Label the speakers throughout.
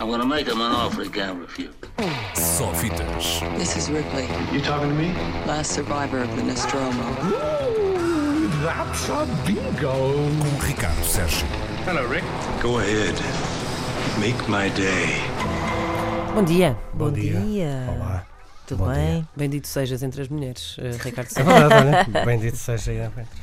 Speaker 1: I'm going to make him an offer he can't refuse.
Speaker 2: Só fitas.
Speaker 3: This is Ripley,
Speaker 4: You talking to me?
Speaker 3: last survivor of the Nostromo.
Speaker 4: That's a bingo.
Speaker 2: Com Ricardo Sérgio.
Speaker 4: Hello, Rick.
Speaker 5: Go ahead. Make my day.
Speaker 6: Bom dia.
Speaker 7: Bom, dia. Olá.
Speaker 6: Tudo
Speaker 7: Bom
Speaker 6: bem? Bendito sejas entre as mulheres, eh, Ricardo
Speaker 7: É
Speaker 6: Sérgio.
Speaker 7: verdade, olha. Bendito seja Ian Petros.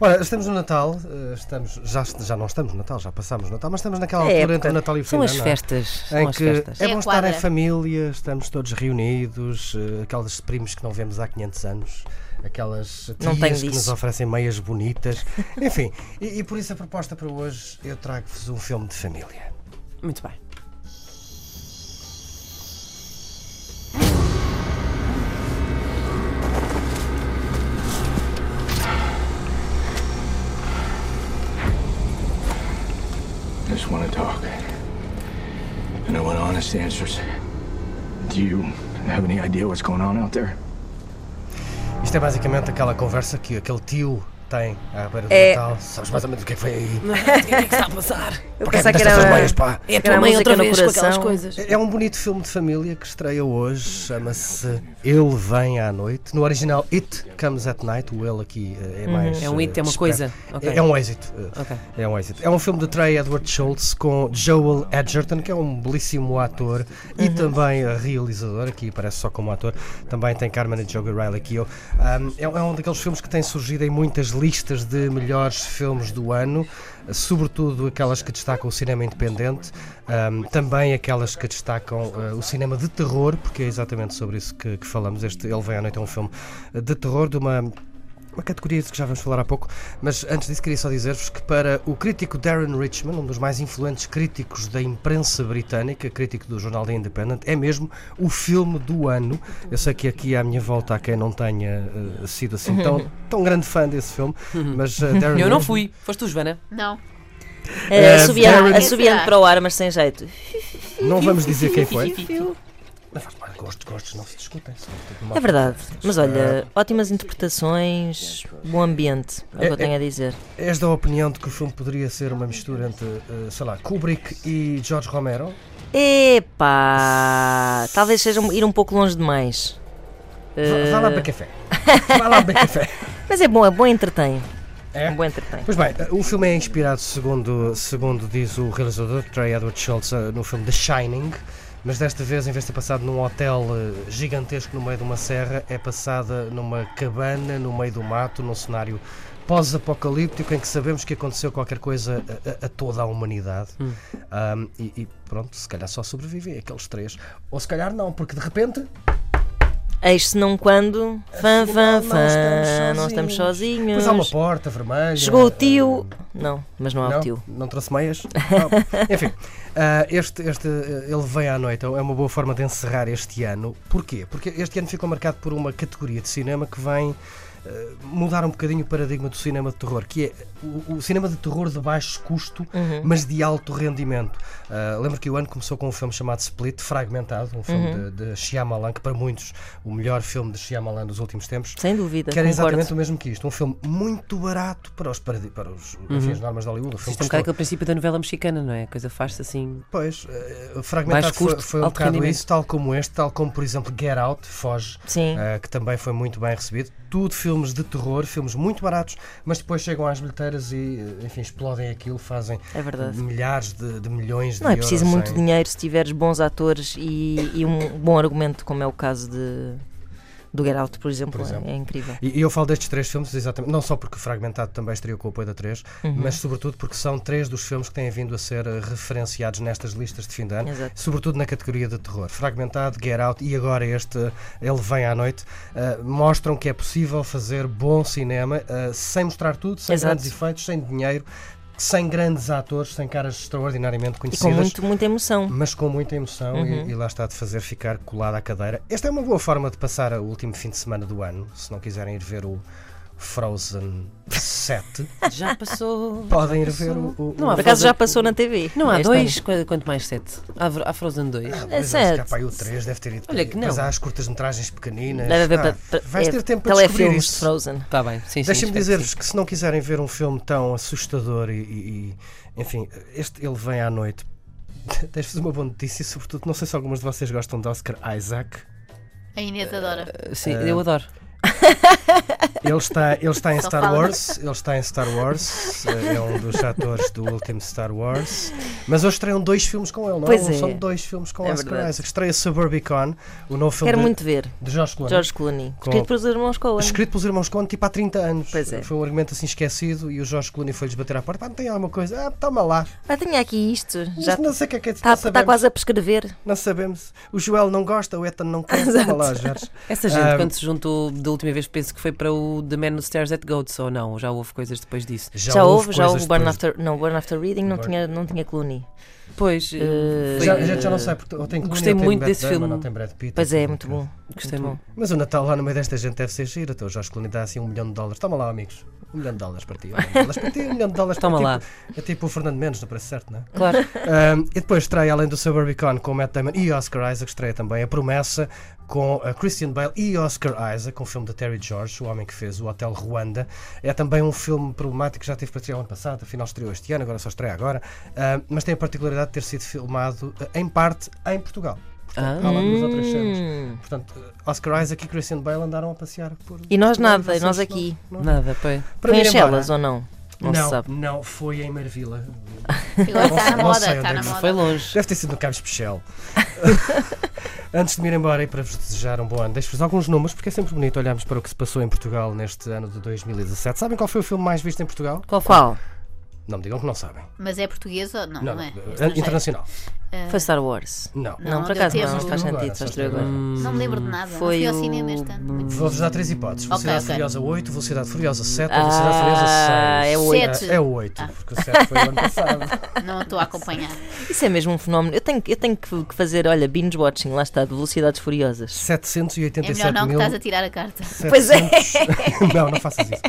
Speaker 7: Ora, estamos no Natal, eh, estamos, já, já não estamos no Natal, já passámos o Natal, mas estamos naquela
Speaker 6: É,
Speaker 7: altura
Speaker 6: época.
Speaker 7: entre o Natal e o
Speaker 6: São
Speaker 7: final,
Speaker 6: as
Speaker 7: não é?
Speaker 6: festas.
Speaker 7: Em
Speaker 6: São as
Speaker 7: que
Speaker 6: festas.
Speaker 7: é
Speaker 8: É
Speaker 7: bom
Speaker 8: a
Speaker 7: estar em
Speaker 8: quadra.
Speaker 7: família, estamos todos reunidos, eh, aquelas primos que não vemos há 500 anos, aquelas
Speaker 6: Não tenho
Speaker 7: tias que nos
Speaker 6: disso.
Speaker 7: oferecem meias bonitas, enfim. E, e por isso a proposta para hoje, eu trago-vos um filme de família.
Speaker 6: Muito bem.
Speaker 4: I just want to talk. And I want honest answers. Do you have any idea what's going on out there?
Speaker 7: Isto é basicamente aquela conversa que aquele tio tem à beira do
Speaker 9: É.
Speaker 7: Natal. Sabes mais ou menos o que é que foi aí?
Speaker 9: Eu
Speaker 7: Porque é que
Speaker 9: pensava que
Speaker 7: meteste
Speaker 9: era,
Speaker 7: essas meias, pá?
Speaker 9: que
Speaker 6: É tua
Speaker 9: era a
Speaker 6: mãe
Speaker 9: música
Speaker 6: outra
Speaker 9: no
Speaker 6: vez com aquelas
Speaker 9: coração.
Speaker 6: coisas.
Speaker 7: É um bonito filme de família que estreia hoje, chama-se Ele Vem à Noite. No original, It Comes at Night, o ele aqui eh, é mais.
Speaker 6: É um
Speaker 7: eh,
Speaker 6: hit, é uma
Speaker 7: discreto.
Speaker 6: coisa.
Speaker 7: É-
Speaker 6: Ok.
Speaker 7: É um êxito. eh,
Speaker 6: Ok.
Speaker 7: É um êxito. É um filme de Trey Edward Schultz com Joel Edgerton, que é um belíssimo ator e também eh, realizador, aqui parece só como ator. Também tem Carmen e Joey Riley aqui. ó. Um, é, é um daqueles filmes que tem surgido em muitas listas de melhores filmes do ano, eh, sobretudo aquelas que destacam o cinema independente, um, também aquelas que destacam eh, o cinema de terror, porque é exatamente sobre isso que, que falamos. Este Ele Vem à Noite é um filme eh, de terror de uma uma categoria de que já vamos falar há pouco, mas antes disso queria só dizer-vos que para o crítico Darren Richman, um dos mais influentes críticos da imprensa britânica, crítico do jornal The Independent, é mesmo o filme do ano. Eu sei que aqui à minha volta há quem não tenha eh, sido assim tão, tão grande fã desse filme, mas eh, Darren
Speaker 6: Eu não
Speaker 7: Richman-
Speaker 6: fui. Foste tu, Joana.
Speaker 8: Não.
Speaker 7: É,
Speaker 9: É, assobiando,
Speaker 7: Darren-
Speaker 9: assobiando para o ar, mas sem jeito.
Speaker 7: Não vamos dizer quem foi. Mas faz parte, gostos, gostos não se discutem. são tudo uma-
Speaker 9: É verdade. Mas olha, ótimas interpretações, bom ambiente, é o que eu
Speaker 7: É-
Speaker 9: tenho a dizer.
Speaker 7: És da opinião de que o filme poderia ser uma mistura entre, eh, sei lá, Kubrick e George Romero?
Speaker 9: Epá, talvez seja um- ir um pouco longe demais.
Speaker 7: Vá, vá lá
Speaker 6: Eh.
Speaker 7: beber café. Vá lá beber café.
Speaker 9: Mas é bom, é bom entretém.
Speaker 7: É?
Speaker 9: Um bom entretém.
Speaker 7: Pois bem, o filme é inspirado, segundo, segundo diz o realizador Trey Edward Schultz, eh, no filme The Shining, mas desta vez, em vez de ter passado num hotel eh, gigantesco no meio de uma serra, é passada numa cabana no meio do mato, num cenário pós-apocalíptico em que sabemos que aconteceu qualquer coisa a, a- a toda a humanidade. Ahm, e, e pronto, se calhar só sobrevivem aqueles três. Ou se calhar não, porque de repente
Speaker 9: Eis se não quando, fã, fã,
Speaker 7: Afinal, não
Speaker 9: fã,
Speaker 7: estamos
Speaker 9: não estamos sozinhos.
Speaker 7: depois há uma porta vermelha.
Speaker 9: Chegou o
Speaker 7: eh,
Speaker 9: tio. Não, mas não há
Speaker 7: não,
Speaker 9: o tio.
Speaker 7: Não trouxe meias? Não. Enfim, ah, este, este eh, ele vem à noite, é uma boa forma de encerrar este ano. Porquê? Porque este ano ficou marcado por uma categoria de cinema que vem eh, mudar um bocadinho o paradigma do cinema de terror, que é o, o cinema de terror de baixo custo, mas de alto rendimento. Ah, lembro que o ano começou com um filme chamado Split, fragmentado, um filme de, de Shyamalan, que para muitos o melhor filme de Shyamalan dos últimos tempos.
Speaker 9: Sem dúvida,
Speaker 7: Que era
Speaker 9: concordo.
Speaker 7: exatamente o mesmo que isto, um filme muito barato para, os, paradi- para os,
Speaker 9: Uhum.
Speaker 7: enfim, as normas de Hollywood. O filme
Speaker 6: Isto é um bocado
Speaker 7: custou-
Speaker 6: aquele princípio da novela mexicana, não é? A coisa faz-se assim.
Speaker 7: Pois, eh, fragmentado
Speaker 6: Baixo custo,
Speaker 7: foi, foi um
Speaker 6: alto
Speaker 7: bocado
Speaker 6: rendimento.
Speaker 7: isso, tal como este, tal como, por exemplo, Get Out, Foge,
Speaker 9: Sim.
Speaker 7: eh, que também foi muito bem recebido. Tudo filmes de terror, filmes muito baratos, mas depois chegam às bilheteiras e, eh, enfim, explodem aquilo, fazem
Speaker 9: É verdade.
Speaker 7: milhares de, de milhões de
Speaker 9: Não é
Speaker 7: euros
Speaker 9: preciso muito
Speaker 7: em-
Speaker 9: dinheiro se tiveres bons atores e, e um bom argumento, como é o caso de, do Get Out, por exemplo.
Speaker 7: Por exemplo.
Speaker 9: É, é incrível.
Speaker 7: E e eu falo destes três filmes exatamente, não só porque Fragmentado também estreou com o apoio da 3,
Speaker 9: Uhum.
Speaker 7: mas sobretudo porque são três dos filmes que têm vindo a ser eh, referenciados nestas listas de fim de ano,
Speaker 9: Exato.
Speaker 7: sobretudo na categoria de terror. Fragmentado, Get Out e agora este eh, Ele Vem à Noite eh, mostram que é possível fazer bom cinema eh, sem mostrar tudo, sem
Speaker 9: Exato.
Speaker 7: grandes efeitos, sem dinheiro, sem grandes atores, sem caras extraordinariamente
Speaker 9: E com
Speaker 7: conhecidas.
Speaker 9: muito, muita emoção.
Speaker 7: Mas com muita emoção e, e lá está de fazer ficar colado à cadeira. Esta é uma boa forma de passar o último fim de semana do ano. Se não quiserem ir ver o Frozen 7,
Speaker 6: Já passou.
Speaker 7: podem ir ver o. o
Speaker 6: Não há
Speaker 9: Por acaso já
Speaker 6: Frozen-
Speaker 9: passou na TV.
Speaker 6: Não há
Speaker 9: este
Speaker 6: dois,
Speaker 7: é.
Speaker 6: qu- quanto mais sete. Há, Fro- há Frozen 2.
Speaker 7: o- mas
Speaker 9: sete.
Speaker 7: acho que há para aí o 3 deve ter ido. para
Speaker 6: Olha
Speaker 7: aí.
Speaker 6: que não.
Speaker 7: Mas há as curtas-metragens pequeninas.
Speaker 9: ano. Deve haver
Speaker 7: Ah,
Speaker 9: pa- pa-
Speaker 7: vais
Speaker 9: é,
Speaker 7: ter tempo para descobrir
Speaker 9: telefilmes de
Speaker 7: isso.
Speaker 9: Frozen. é
Speaker 6: Está Tá bem, sim, sim.
Speaker 7: Deixem-me
Speaker 6: espero que
Speaker 7: dizer-vos
Speaker 6: sim.
Speaker 7: que se não quiserem ver um filme tão assustador e, e- e, enfim, este ele vem à noite. Deixo-vos uma boa notícia, sobretudo, não sei se algumas de vocês gostam de Oscar Isaac.
Speaker 8: A Inês adora.
Speaker 6: Sim, eu
Speaker 7: ah,
Speaker 6: adoro.
Speaker 7: Ele está, ele está em
Speaker 8: Só
Speaker 7: Star
Speaker 8: fala.
Speaker 7: Wars, ele está em Star Wars, é um dos atores do último Star Wars. Mas hoje estreiam dois filmes com ele, não
Speaker 9: Pois
Speaker 7: Um,
Speaker 9: é.
Speaker 7: São dois filmes com
Speaker 9: É
Speaker 7: Oscar
Speaker 9: verdade.
Speaker 7: Isaac. Estreia Suburbicon, o novo filme
Speaker 9: Quero
Speaker 7: de,
Speaker 9: muito ver.
Speaker 7: de Josh Clooney.
Speaker 9: George Clooney.
Speaker 7: Com-
Speaker 9: Escrito pelos irmãos Coen.
Speaker 7: Escrito pelos irmãos Clooney tipo há 30 anos.
Speaker 9: Pois é.
Speaker 7: Foi um argumento assim esquecido e o Josh Clooney foi-lhes bater à porta. Pá, não tem alguma coisa? Ah, toma lá.
Speaker 9: Ah, tinha aqui isto. Já
Speaker 7: não sei o que é que é não
Speaker 9: está
Speaker 7: sabemos.
Speaker 9: quase a prescrever.
Speaker 7: Não sabemos. O Joel não gosta, o Ethan não quer.
Speaker 9: Exato.
Speaker 7: Toma lá, Jorge.
Speaker 6: Essa gente,
Speaker 7: Ah,
Speaker 6: quando se juntou da última vez, penso que foi para o The Man Who Stares at Goats ou não? Já houve coisas depois disso?
Speaker 9: Já, houve, já
Speaker 7: coisas
Speaker 9: houve Burn
Speaker 7: depois-
Speaker 9: After. Não, Burn After Reading não
Speaker 7: Burn-
Speaker 9: tinha, não tinha Clooney.
Speaker 6: Pois,
Speaker 9: Eh,
Speaker 6: foi-
Speaker 7: Já, já, já não sei, porque ou tem Clooney,
Speaker 6: Gostei
Speaker 7: ou tem
Speaker 6: muito
Speaker 7: Matt
Speaker 6: desse
Speaker 7: Damon,
Speaker 6: filme.
Speaker 7: ou tem Brad Pitt,
Speaker 9: Pois
Speaker 7: ou
Speaker 9: é,
Speaker 7: tem-
Speaker 9: muito bom.
Speaker 6: gostei
Speaker 9: muito
Speaker 6: muito.
Speaker 7: Mas o Natal lá no meio desta gente deve ser giro. Então o Jorge Clooney dá assim um milhão de dólares. Toma lá, amigos. Um milhão de dólares para ti. Um milhão de dólares para ti. Um milhão de dólares
Speaker 6: Toma
Speaker 7: para
Speaker 6: lá.
Speaker 7: ti. É tipo o Fernando Mendes, no preço certo, não é?
Speaker 6: Claro.
Speaker 7: Ahm, e depois estreia, além do Suburbicon, com o Matt Damon e Oscar Isaac, estreia também A Promessa, com a Christian Bale e Oscar Isaac, com o filme de Terry George, o homem que fez o Hotel Ruanda. É também um filme problemático, que já teve para estrear ano passado, afinal estreou este ano, agora só estreia agora. Ahm, mas tem a particularidade de ter sido filmado, eh, em parte, em Portugal. Há lá duas ou três cenas.
Speaker 9: Hum.
Speaker 7: Portanto, eh, Oscar Isaac e Christian Bale andaram a passear por.
Speaker 9: E nós
Speaker 7: Não,
Speaker 9: nada,
Speaker 7: vocês
Speaker 9: nós
Speaker 7: não-
Speaker 9: aqui.
Speaker 6: Nada, pois.
Speaker 7: Para
Speaker 9: Foi em
Speaker 7: mim, embora.
Speaker 9: Chelas ou não? Não, se sabe.
Speaker 7: não, foi em Marvila.
Speaker 8: Agora está na
Speaker 7: Não
Speaker 8: moda,
Speaker 7: sei
Speaker 8: está
Speaker 7: onde é
Speaker 8: na
Speaker 7: que
Speaker 8: moda.
Speaker 6: Foi longe.
Speaker 7: Deve ter sido no Cabo Especial. Antes de me ir embora e para vos desejar um bom ano, deixo-vos alguns números, porque é sempre bonito olharmos para o que se passou em Portugal neste ano de 2017. Sabem qual foi o filme mais visto em Portugal?
Speaker 9: Qual? Qual?
Speaker 7: Não me digam que não sabem.
Speaker 8: Mas é português ou não? Não,
Speaker 7: eh,
Speaker 8: é? Este não sei.
Speaker 7: internacional.
Speaker 9: Foi Star Wars.
Speaker 7: Não.
Speaker 8: Não,
Speaker 9: Não,
Speaker 8: não
Speaker 9: por
Speaker 8: deu
Speaker 9: acaso não,
Speaker 8: tempo.
Speaker 9: não faz
Speaker 7: Só estreou agora,
Speaker 9: sentido, só
Speaker 7: só
Speaker 9: estreou agora.
Speaker 7: estreou
Speaker 8: Não me lembro de nada.
Speaker 9: Foi
Speaker 8: Fui ao
Speaker 9: o-
Speaker 8: cinema este ano.
Speaker 7: Vou-vos dar três hipóteses:
Speaker 8: Ok,
Speaker 7: Velocidade
Speaker 8: ok.
Speaker 7: Furiosa 8, Velocidade Furiosa 7,
Speaker 9: Ah,
Speaker 7: Velocidade Furiosa 6.
Speaker 9: é o
Speaker 8: oito. Ah. Sete.
Speaker 7: É o 8, porque o 7 foi o ano passado.
Speaker 8: Não estou a acompanhar.
Speaker 9: Isso é mesmo um fenómeno. Eu tenho, eu tenho que que fazer, olha, binge watching, lá está, de velocidades furiosas.
Speaker 8: É melhor não que
Speaker 7: 787
Speaker 8: estás
Speaker 7: mil.
Speaker 8: a tirar a carta.
Speaker 9: Pois é.
Speaker 7: não, não faças isso.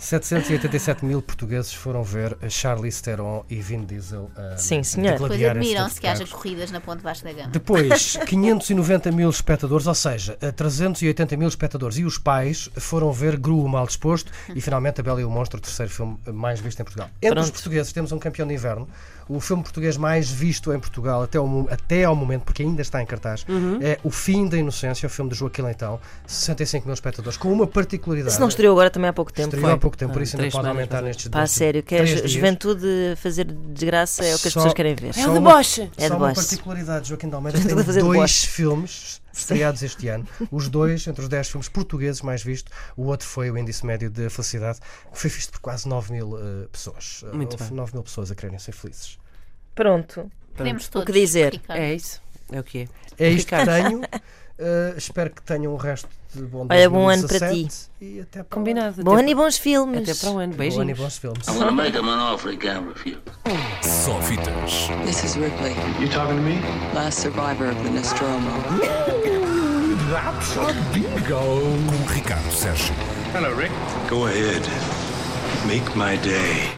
Speaker 7: 787 mil portugueses foram ver Charlize Theron e Vin Diesel a
Speaker 9: Sim, senhor.
Speaker 8: Depois
Speaker 7: gladiar este
Speaker 8: admiram-se que haja
Speaker 7: carros.
Speaker 8: corridas na Ponte Vasco da Gama.
Speaker 7: Depois, 590 mil espectadores, ou seja, eh, a 380 mil espectadores e os pais foram ver Gru, o Mal Disposto e finalmente A Bela e o Monstro, o terceiro filme mais visto em Portugal. Entre os
Speaker 9: Uhum. Pronto.
Speaker 7: portugueses temos um campeão de inverno, o filme português mais visto em Portugal até ao, mo- até ao momento, porque ainda está em cartaz,
Speaker 9: Uhum.
Speaker 7: é O Fim da Inocência, o filme de Joaquim Leitão, 65 mil espectadores, com uma particularidade.
Speaker 9: Se não estreou Ah, agora também há pouco tempo.
Speaker 7: Estreou há
Speaker 9: Foi.
Speaker 7: pouco tempo, por isso ainda
Speaker 6: três
Speaker 7: pode
Speaker 6: semanas,
Speaker 7: aumentar
Speaker 6: mais ou
Speaker 7: nestes
Speaker 9: Pá,
Speaker 7: dois-
Speaker 9: sério, que a
Speaker 7: três
Speaker 9: ju-
Speaker 7: dias.
Speaker 9: juventude fazer desgraça é o que as
Speaker 7: Só-
Speaker 9: pessoas querem ver.
Speaker 7: só uma-
Speaker 9: É
Speaker 7: só
Speaker 9: de
Speaker 7: uma
Speaker 9: boche.
Speaker 7: particularidade, Joaquim de Almeida
Speaker 9: Estou a
Speaker 7: tem
Speaker 9: fazer de
Speaker 7: dois
Speaker 9: boche.
Speaker 7: filmes estreados este ano, os dois entre os 10 filmes portugueses mais vistos. O outro foi o Índice Médio de Felicidade, que foi visto por quase 9 mil eh, pessoas. Eh,
Speaker 6: Muito
Speaker 7: Houve
Speaker 6: bem.
Speaker 7: 9 mil pessoas a quererem ser felizes.
Speaker 9: Pronto.
Speaker 8: Podemos todos.
Speaker 9: dizer?
Speaker 8: Ricardo.
Speaker 6: É isso. É o que é.
Speaker 7: É isto que
Speaker 6: Ricardo.
Speaker 7: tenho. Eh, espero que tenham o resto de bom
Speaker 9: Olha, bom ano para ti.
Speaker 7: 2017 E até para
Speaker 6: Combinado.
Speaker 9: Bom
Speaker 6: até,
Speaker 9: ano e bons filmes.
Speaker 6: até
Speaker 7: um
Speaker 6: para o ano.
Speaker 7: Bom ano e
Speaker 6: Beijinhos.
Speaker 7: bons filmes.
Speaker 1: I'm gonna make him an offer he can't refuse.
Speaker 2: Sofitas.
Speaker 3: This is Ripley,
Speaker 5: You talking to me?
Speaker 3: last survivor of the Nostromo.
Speaker 2: Com Ricardo Sérgio.
Speaker 5: Go ahead. Make my day.